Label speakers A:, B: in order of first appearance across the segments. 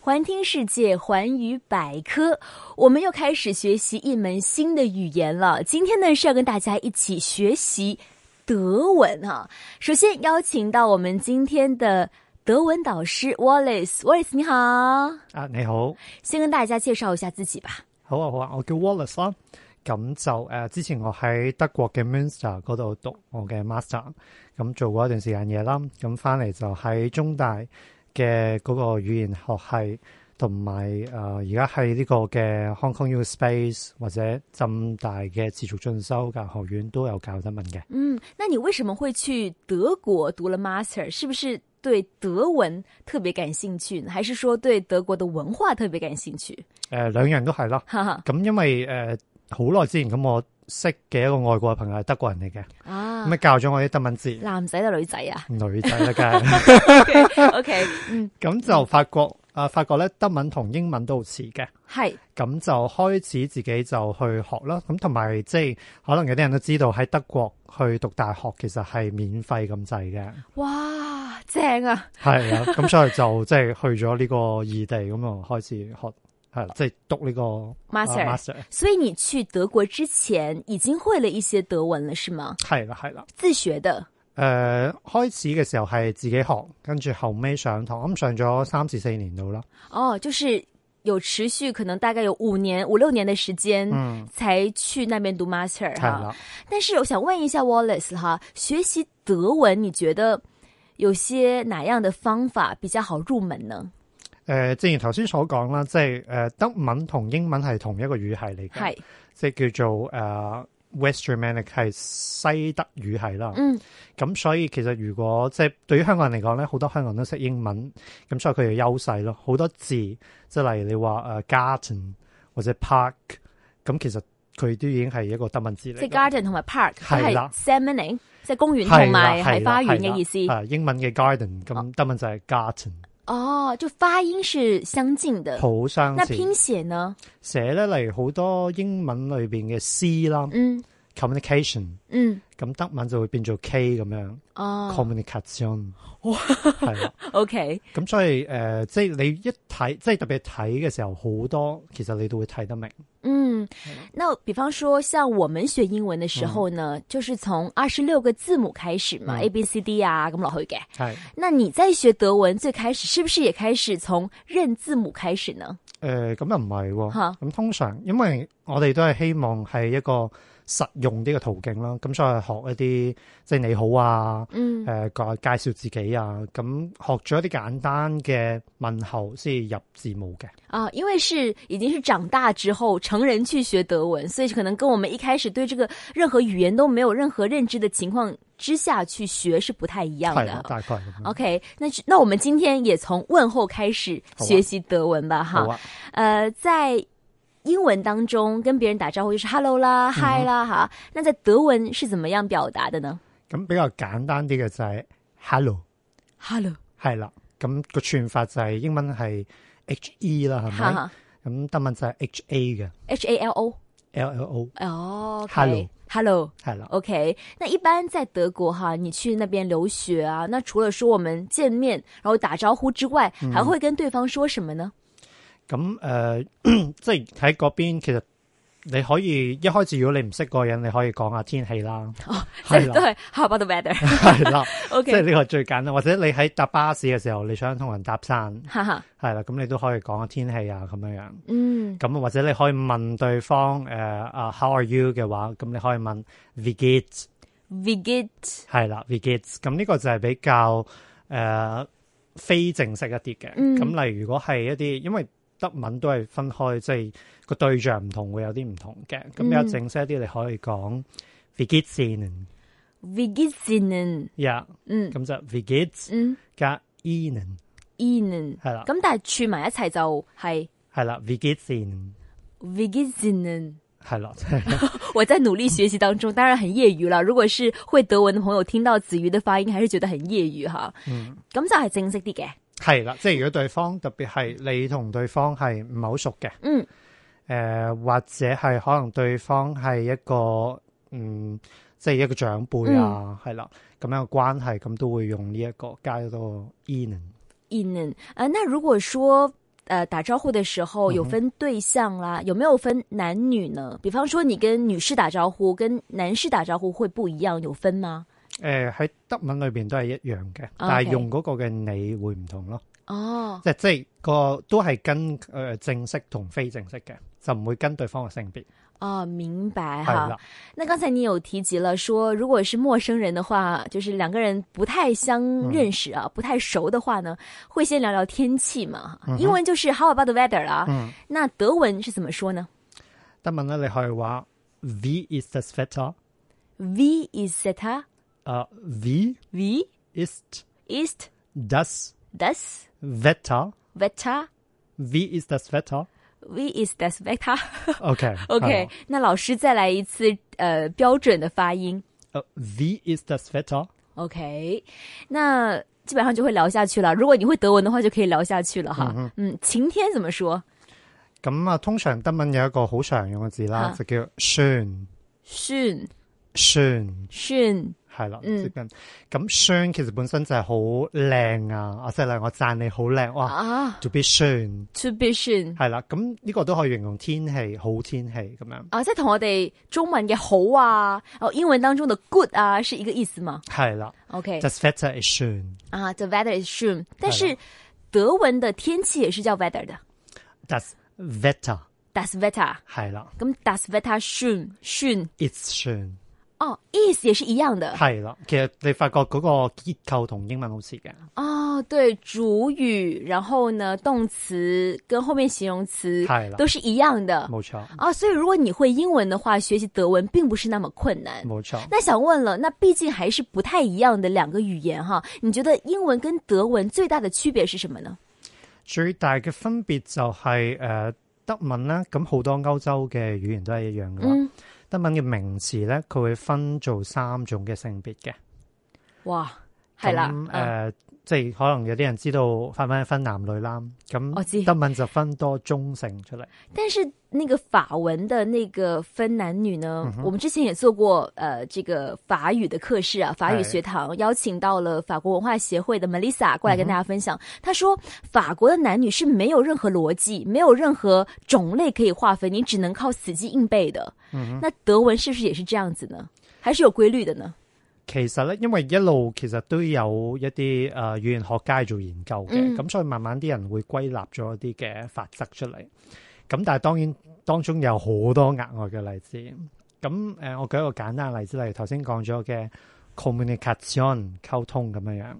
A: 环听世界，环宇百科，我们又开始学习一门新的语言了。今天呢，是要跟大家一起学习德文哈、首先邀请到我们今天的德文导师 Wallace，Wallace 你好，
B: 啊，你好，
A: 先跟大家介绍一下自己吧。
B: 好啊，好啊，我叫 Wallace 啦。咁就誒、呃之前我喺德國嘅 Munster 嗰度讀我嘅 master，咁做過一段時間嘢啦。咁翻嚟就喺中大嘅嗰個語言學系，同埋誒而家喺呢個嘅 Hong Kong U Space 或者浸大嘅持續進修教學院都有教德文嘅。
A: 嗯，那你为什么会去德国读了 master？是不是对德文特别感兴趣呢？还是说对德国的文化特别感兴趣？
B: 誒、呃兩樣都係啦。
A: 哈哈
B: 咁因為誒好耐之前咁我識嘅一個外國嘅朋友係德國人嚟嘅，
A: 啊
B: 咁，啊教咗我啲德 文字。
A: 男仔定女仔 啊
B: 女仔啦，梗係。
A: ？OK，嗯，
B: 咁就發覺啊，發覺咧德文同英文都好似嘅，
A: 系，
B: 咁就開始自己就去學啦。咁同埋即係可能有啲人都知道喺德國去讀大學其實係免費咁滯嘅，
A: 哇，正啊！
B: 係 啊。咁所以就即係去咗呢個異地咁啊，開始學係即係讀呢個啊
A: Master
B: master
A: 所以你去德国之前已经会了一些德文了，是吗？
B: 係啦，係啦。
A: 自学的，
B: 誒、開始嘅時候係自己學，跟住後尾上堂，咁上咗三至四年度啦。
A: 哦，就是有持续，可能大概有五年、五六年的时间，
B: 嗯，
A: 才去那边读 master
B: 係
A: 哈、
B: 啦。
A: 但是我想问一下 Wallace 哈，学习德文你觉得有些哪样的方法比较好入门呢？
B: 誒、呃正如頭先所講啦，即係誒、呃德文同英文係同一個語系嚟嘅，
A: 系，
B: 即係叫做誒、West 呃 Germanic 係西德語系啦。
A: 嗯，
B: 咁、所以其實如果即係對於香港人嚟講咧，好多香港人都識英文，咁所以佢哋優勢咯。好多字即係例如你話誒、garden 或者 park，咁其實佢都已經係一個德文字嚟
A: 即系
B: 㗎。
A: garden 同埋 park 都
B: 係啦
A: 系 s e m i n i n g 即系公园
B: 係
A: 同
B: 啦
A: 埋
B: 係
A: 系
B: 啦
A: 花园
B: 係啦
A: 嘅意思。
B: 啊，英文嘅 garden，咁德文就係 garden，
A: 哦，就发音是相近的。
B: 好相
A: 那
B: 似。
A: 拼写呢？
B: 寫咧，例如好多英文裏邊嘅 C 啦。
A: 嗯
B: communication，
A: 嗯
B: 咁德文就會變做 K 咁樣、
A: 哦
B: communication，係啦。
A: ，OK，
B: 咁所以誒、呃即係你一睇，即係特別睇嘅時候，好多其實你都會睇得明。
A: 嗯，那比方说像我们学英文的时候呢，就是从二十六个字母开始嘛、
B: 嗯
A: a B C D 啊咁落去嘅。
B: 係誒、
A: 那你在学德文最开始是不是也开始从认字母开始呢？
B: 呃咁又唔係
A: 嚇
B: 喎。咁通常因為我哋都係希望係一個實用啲嘅途徑啦，咁所以學一啲即係你好啊。
A: 嗯
B: 誒、介介紹自己啊，咁學咗一啲簡單嘅問候先入字母嘅，
A: 啊，因为是已经是长大之后成人去学德文，所以可能跟我们一开始对这个任何语言都没有任何认知的情况之下去学是不太一样
B: 係啦，
A: 的。啊
B: 大概係咁樣。
A: OK，那是那我们今天也从问候开始
B: 好啊
A: 学习德文吧，哈。
B: 好啊，
A: 呃，在英文当中跟别人打招呼就是 hello 啦、hi
B: 嗯
A: 啦，哈。那在德文是怎么样表达的呢
B: 咁比較簡單啲嘅就係 hello。
A: ？Hello，
B: 係啦，咁、個串法就係英文係 H E 啦，
A: 哈
B: 係咪？
A: 哈
B: 咁德文就係 H A 嘅
A: ，H A L O。
B: L L O
A: 哦
B: Hello
A: ，Hello，Hello，OK。
B: 係啦。
A: 那一般在德国哈，你去那边留学啊，那除了说我们见面然后打招呼之外，
B: 嗯
A: 还会跟对方说什么呢？
B: 咁誒、呃 即係喺嗰邊其實你可以一開始如果你唔識嗰個人，你可以講下天氣啦，
A: 哦
B: 係啦，
A: 对，How about the
B: 係啦，即係
A: weather？OK，
B: 呢個最簡單。或者你喺搭巴士嘅時候，你想同人搭訕，
A: 哈哈，
B: 係啦，咁你都可以講下天氣啊咁樣樣。
A: 嗯，
B: 咁或者你可以問對方誒啊、How are you 嘅話，咁你可以問 Wie geht's？
A: v i g i t
B: 係啦 v e g e t 咁呢個就係比較誒、呃非正式一啲嘅。咁、
A: 嗯
B: 例如如果係一啲，因為德文都係分開，即係個對象唔同，會有啲唔同嘅。咁比較
A: 嗯
B: 正式一啲，你可以講 v e g e t s e n
A: v i g i t i n e n
B: yeah，
A: 嗯
B: 咁就 v e g e t
A: 嗯
B: 加 e n n
A: i n e n
B: 係啦，
A: 咁但系串埋一齊就係
B: 係啦 v e g e t s e n
A: v i g i t i n e n
B: 係啦，
A: 我在努力学习当中，当然很业余了。如果是会德文的朋友听到子瑜的发音，还是觉得很业余哈。
B: 嗯，
A: 咁就係正式啲嘅。
B: 係啦，即係如果對方特別係你同對方係唔係好熟嘅。
A: 嗯
B: 誒、呃或者係可能對方係一個嗯，即係一個長輩啊，係啦、咁樣嘅關係，咁都會用呢、一個加多個 e n
A: i n 啊，那如果说呃打招呼的时候
B: 嗯
A: 有分对象啦，有没有分男女呢？比方说你跟女士打招呼，跟男士打招呼會不一樣，有分嗎？
B: 誒呃喺德文裏邊都係一樣嘅，但係用嗰個嘅你會唔同咯，
A: 哦，
B: 即係即係個都係跟誒、呃正式同非正式嘅，就唔會跟對方嘅性別
A: 哦，明白
B: 係
A: 哈。
B: 啦。
A: 那刚才你有提及了说，如果是陌生人的话，就是两个人不太相认识啊，不太熟的话呢，会先聊聊天气嘛。英文就是 How about the weather 啦、
B: 嗯
A: 那德文是怎么说呢
B: 德文咧，你可以話 Wie ist das Wetter？
A: ？Wie ist das?
B: 啊、w
A: Wie
B: i ist
A: ist
B: das
A: das
B: Wetter？
A: Wetter?
B: Wie ist das Wetter？
A: Wie ist das Wetter?
B: OK
A: OK，、那老师再来一次呃标准的发音。
B: 呃 Wie ist das Wetter？
A: OK，那基本上就会聊下去了。如果你会德文的话，就可以聊下去了哈。嗯，晴天怎么说
B: 咁啊，通常德文有一個好常用嘅字啦，
A: 啊
B: 就叫 schön
A: ？Schön
B: schön。
A: schön。
B: 係啦，
A: 嗯
B: 接近咁 shine 其實本身就係好靚啊！啊，即係例如我讚你好靚，哇
A: 啊
B: ，to be shine
A: ，to be seen
B: 係啦，咁呢個都可以形容天氣，好天氣咁樣。
A: 啊，即系同我哋中文嘅好啊，哦，英文當中的 good 啊，是一個意思嘛
B: 係啦
A: ？OK，
B: ，just better is shine。
A: 啊，the weather is schön，但是德文的天氣也是叫 weather 的
B: That's better，
A: ，das Wetter，
B: 係啦
A: 咁 das Wetter schön schön，
B: ，it's shine，
A: 哦，意思也是一樣的
B: 係啦。其實你發覺嗰個結構同英文好似嘅，
A: 哦，對，主語，然後呢，動詞跟後面形容詞
B: 係啦
A: 都是一樣的
B: 冇錯，
A: 啊，所以如果你會英文的話，學習德文並不是那麼困難。
B: 冇錯。
A: 那想问了，那毕竟还是不太一样的两个语言哈，你觉得英文跟德文最大的区别是什么呢？
B: 最大嘅分別就係、呃德文啦，咁好多歐洲嘅語言都係一樣噶啦。
A: 嗯
B: 德文嘅名詞咧，佢會分做三種嘅性別嘅。
A: 哇，系啦，
B: 咁
A: 嗯
B: 誒、呃即係可能有啲人知道法文係分男女啦，
A: 我知
B: 咁德文就分多中性出嚟。
A: 但是那个法文的那个分男女呢，我们之前也做过呃这个法语的课室啊，法语
B: 哎
A: 学堂邀请到了法国文化协会的 Melissa 过来跟大家分享，她说法国的男女是没有任何逻辑，没有任何种类可以划分，你只能靠死记硬背的。那德文是不是也是这样子呢？还是有规律的呢？
B: 其實咧，因為一路其實都有一啲誒、呃、語言學家做研究嘅，
A: 嗯
B: 咁、所以慢慢啲人會歸納咗一啲嘅法則出嚟。咁但係當然當中有好多額外嘅例子。咁誒、呃我舉一個簡單嘅例子，例如頭先講咗嘅 communication 溝通咁樣樣，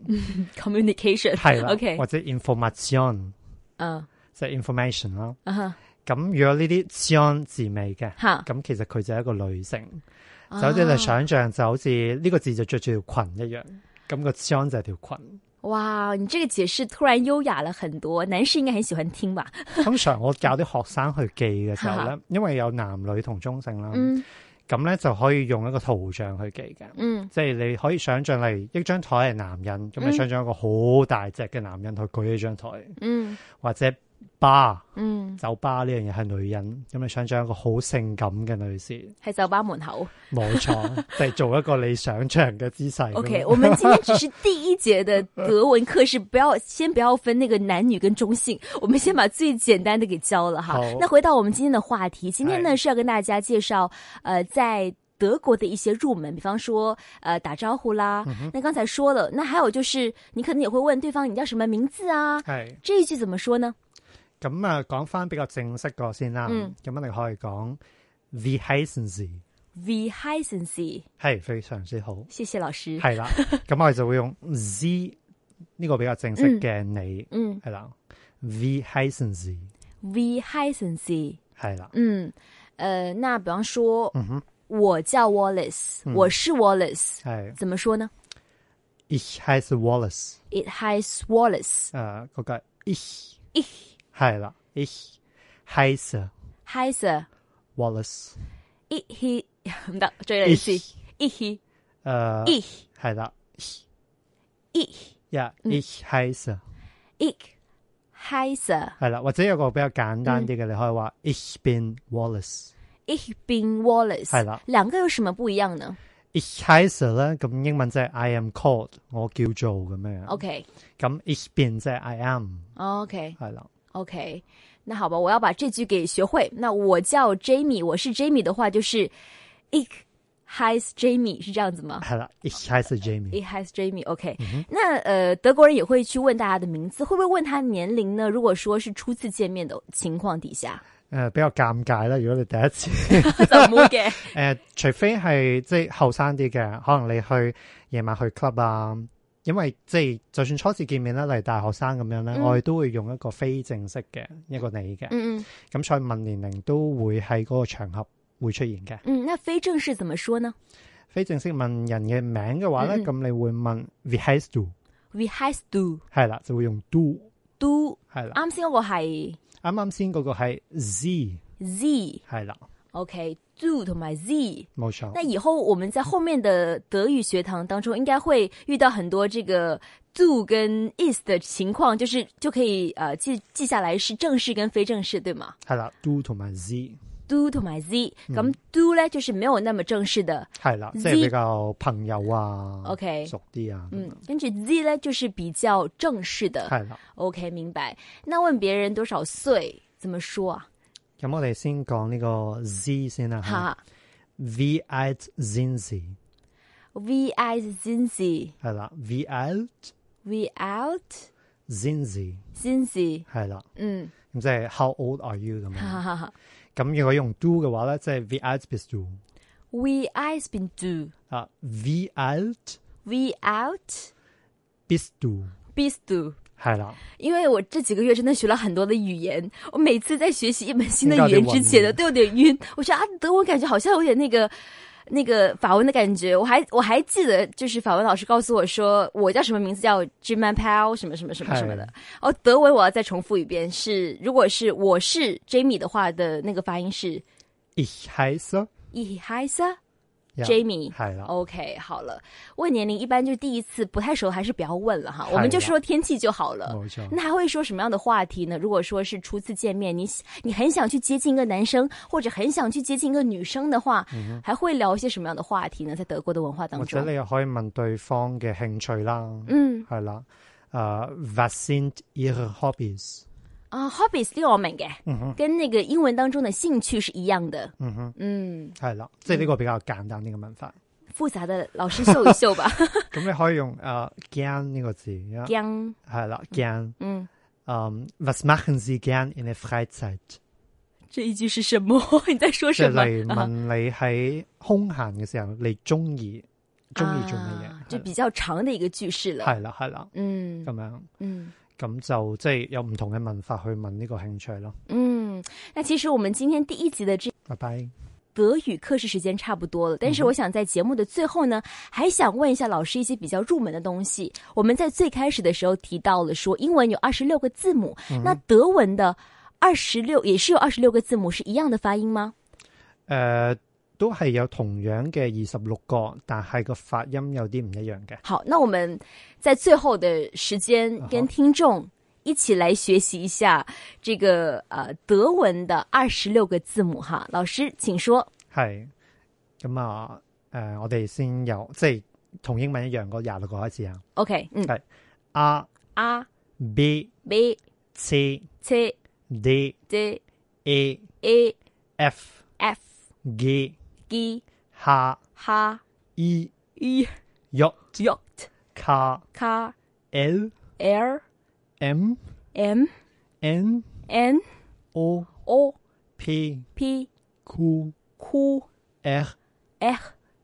A: communication
B: 係啦
A: 嗯 OK，
B: 或者 information
A: 嗯
B: 即係 information 啦。
A: 啊哈
B: 咁如果呢啲 tion 字尾嘅，
A: 哈，
B: 咁其實佢就係一個女性，就
A: 啊
B: 好似你想象就好似呢個字就着住條裙一樣，咁個 tion 就係條裙。
A: 哇，你这个解释突然优雅了很多，男士应该很喜欢听吧？
B: 通常我教啲學生去記嘅時候咧，因為有男女同中性啦，
A: 嗯
B: 咁咧就可以用一個圖像去記嘅，
A: 嗯
B: 即係你可以想象，例如一張台係男人，咁
A: 嗯
B: 你想象一個好大隻嘅男人去舉呢張台，
A: 嗯
B: 或者 bar
A: 嗯，
B: 酒吧呢樣嘢係女人，咁你想象一個好性感嘅女士。
A: 喺酒吧门口。
B: 冇 錯，就係做一個你想象嘅姿勢。
A: OK，我们今天只是第一节的德文课是不要先不要分那个男女跟中性， 我们先把最简单的给教了哈
B: 好。
A: 那回到我们今天的话题，今天呢
B: 哎
A: 是要跟大家介绍呃在。德国的一些入门，比方说，呃，打招呼啦。
B: 嗯
A: 那刚才说了，那还有就是，你可能也会问对方你叫什么名字啊？
B: 係
A: 这一句怎么说呢？
B: 咁啊，講翻比較正式個先啦。
A: 嗯
B: 咁我哋可以講 the h e s e n s y
A: v h i s e n c y
B: 係非常之好。
A: 谢谢老师。
B: 係啦，咁我哋就會用 z 呢個比較正式嘅你
A: 嗯
B: 係啦，the h e s e n s y
A: v h i s e n c y
B: 係啦，
A: 嗯，呃，那比方说，
B: 嗯哼嗯
A: 我叫 Wallace，、我是 Wallace，
B: 係
A: 怎么说呢
B: ich h e s e Wallace，
A: ？It has Wallace，
B: 誒嗰個 ich
A: Ich
B: 係啦，ich h e s e
A: has a
B: Wallace，ich
A: it he 唔得，再嚟一次，it
B: 誒
A: he，ich
B: 係啊啦，ich
A: ich
B: yeah
A: 嗯
B: ich h e s e
A: ich has a
B: 係啦，或者有個比較簡
A: 嗯
B: 單啲嘅，你可以話 Ich bin Wallace，Ich
A: ich bin Wallace，
B: 係啦
A: 两个有什么不一样呢
B: heiße 咧，咁英文即係 I am called，我叫做咁樣。
A: ？OK，OK，、
B: 咁 Ich bin 即係 I am，係啦。
A: OK，那好吧，我要把这句给学会。那我叫 Jamie，我是 Jamie 的话就是 Ich heiße Jamie，是这样子吗
B: 係啦，Ich
A: 啊
B: heiße Jamie。
A: ？Ich heiße Jamie。OK，、那
B: 嗯
A: 呃，德国人也会去问大家的名字，会不会问他年龄呢？如果说是初次见面的情况底下，
B: 誒、比較尷尬啦，如果你第一 次。
A: 怎么嘅？
B: 誒、除非係即係後生啲嘅，可能你去夜晚去 club 啊，因為即係就算初次見面啦，例如大學生咁樣咧，
A: 嗯
B: 我哋都會用一個非正式嘅一個你嘅，咁、
A: 嗯嗯
B: 所以問年齡都會喺嗰個場合會出現嘅。
A: 嗯，那非正式怎么说呢
B: 非正式問人嘅名嘅話咧，
A: 嗯嗯
B: 咁、你會問 v i h e s t u
A: ？We heiße du
B: 係啦，就會用 do
A: du。
B: 係啦。
A: 啱先嗰個係
B: 啱啱先嗰個係 z
A: Z
B: 係啦，
A: OK do 同埋 Z。
B: 冇錯
A: 那。以后我们在后面的德语学堂当中，应该会遇到很多这个 do 跟 is 的情况，就是就可以呃记记下来是正式跟非正式，对吗
B: 係啦，do 同埋 z
A: ？do 同埋 z，咁 do 呢就是没有那么正式的
B: 係啦，即
A: Z
B: 係比較朋友啊
A: OK
B: 熟啲啊，
A: 嗯，跟住 z 呢就是比较正式的。
B: 係啦。
A: OK，明白。那问别人多少岁怎么说啊？
B: 咁我哋先講呢個 Z 先啦嚇
A: 哈
B: ，V I Z i Z
A: ，v i zinzi
B: 係啦，V I
A: v out
B: Z i Z
A: zinzi，
B: 係啦，
A: 嗯，
B: 咁即係 How old are you 咁
A: 哈
B: 樣。
A: 哈哈哈。
B: 咁如果用 do 嘅話咧，即係 V I bist du
A: We eyes been do,
B: 啊，V I
A: we out
B: bist du
A: be do。
B: 係啦，
A: 因为我这几个月真的学了很多的语言，我每次在学习一本新的
B: 听到
A: 语
B: 就
A: 言之前
B: 晕
A: 呢，都有点晕。我说啊，德文感觉好像有点那个那个法文的感觉。我还我还记得，就是法文老师告诉我说，我叫什么名字叫 g i m a n p a l 什么什么什么什么的。哦，德文我要再重复一遍，是如果是我是 Jamie 的话的那个发音是
B: Ich heiße
A: Ich heiße
B: ja，
A: Jamie。哦
B: 係啦，
A: OK，好了，问年龄一般就第一次不太熟，还是不要问了哈，
B: 了
A: 我们就说天气就好了。
B: 冇錯。
A: 那还会说什么样的话题呢？如果说是初次见面，你喜你很想去接近一个男生，或者很想去接近一个女生的话，
B: 嗯
A: 还会聊一些什么样的话题呢？在德国的文化当
B: 或者
A: 中，
B: 你又可以問對方嘅興趣啦，
A: 嗯
B: 係啦，啊 Was sind ihre Hobbies？
A: 啊，hobbies 呢个我明嘅，跟那个英文当中的兴趣是一样的。
B: 嗯哼，
A: 嗯，
B: 係啦，即係呢個比較簡單啲嘅問法。
A: 复杂的老师秀一秀吧。
B: 咁你可以用誒 gern 呢個字，因為
A: 姜，
B: 係啦，gern。
A: 嗯，
B: 嗯，was machen Sie gern in der Freizeit？
A: 这一句是什么？ 你在说
B: 即係
A: 什么？
B: 嚟問你喺空閒嘅時候，你中意中嗯意做乜
A: 啊
B: 嘢？
A: 就比较长的一个句式了。
B: 係啦，係啦，
A: 嗯
B: 咁樣
A: 嗯。
B: 咁就即係有唔同嘅文法去問呢個興趣咯。
A: 嗯，那其实我们今天第一集的这
B: 拜拜。
A: 德语课时时间差不多了，但是我想在节目的最后呢，还想问一下老师一些比较入门的东西。我们在最开始的时候提到了说，英文有二十六个字母，那德文的二十六也是有二十六个字母，是一样的发音吗？
B: 誒、呃都係有同樣嘅二十六個，但係個發音有啲唔一樣嘅。
A: 好，那我们在最后的时间跟听众一起来学习一下这个呃德文的二十六个字母哈。老师，请说。
B: 係咁啊，誒、我哋先由即係同英文一樣嗰廿六個開始啊。
A: OK，嗯
B: 係 R
A: ，A
B: B
A: B
B: C
A: C
B: D
A: D
B: E
A: A
B: F
A: F
B: G
A: G
B: H
A: H
B: I
A: I
B: J
A: J
B: K
A: K
B: L
A: L
B: M
A: M
B: N
A: N
B: O
A: O
B: P
A: P
B: Q
A: Q
B: R
A: R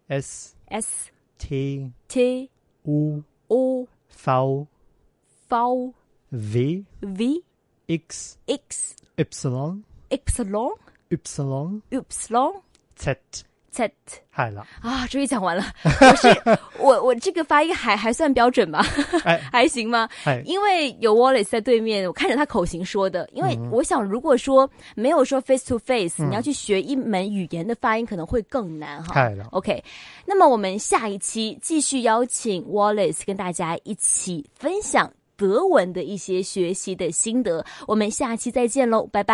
B: S
A: S
B: T
A: T
B: U
A: O
B: V
A: V
B: V
A: V
B: X
A: X
B: Y
A: Y
B: Y
A: Y
B: Z
A: Z
B: 係啦，
A: 啊，终于讲完了。我是我我这个发音还还算标准吧，
B: 誒
A: 还行吗？
B: 係
A: 因为有 Wallace 在对面，我看着他口型说的。因为我想，如果说没有说 face to face，、你要去学一门语言的发音，可能会更难哈。
B: 係啦，
A: OK，那么我们下一期继续邀请 Wallace 跟大家一起分享德文的一些学习的心得。我们下期再见喽，拜拜。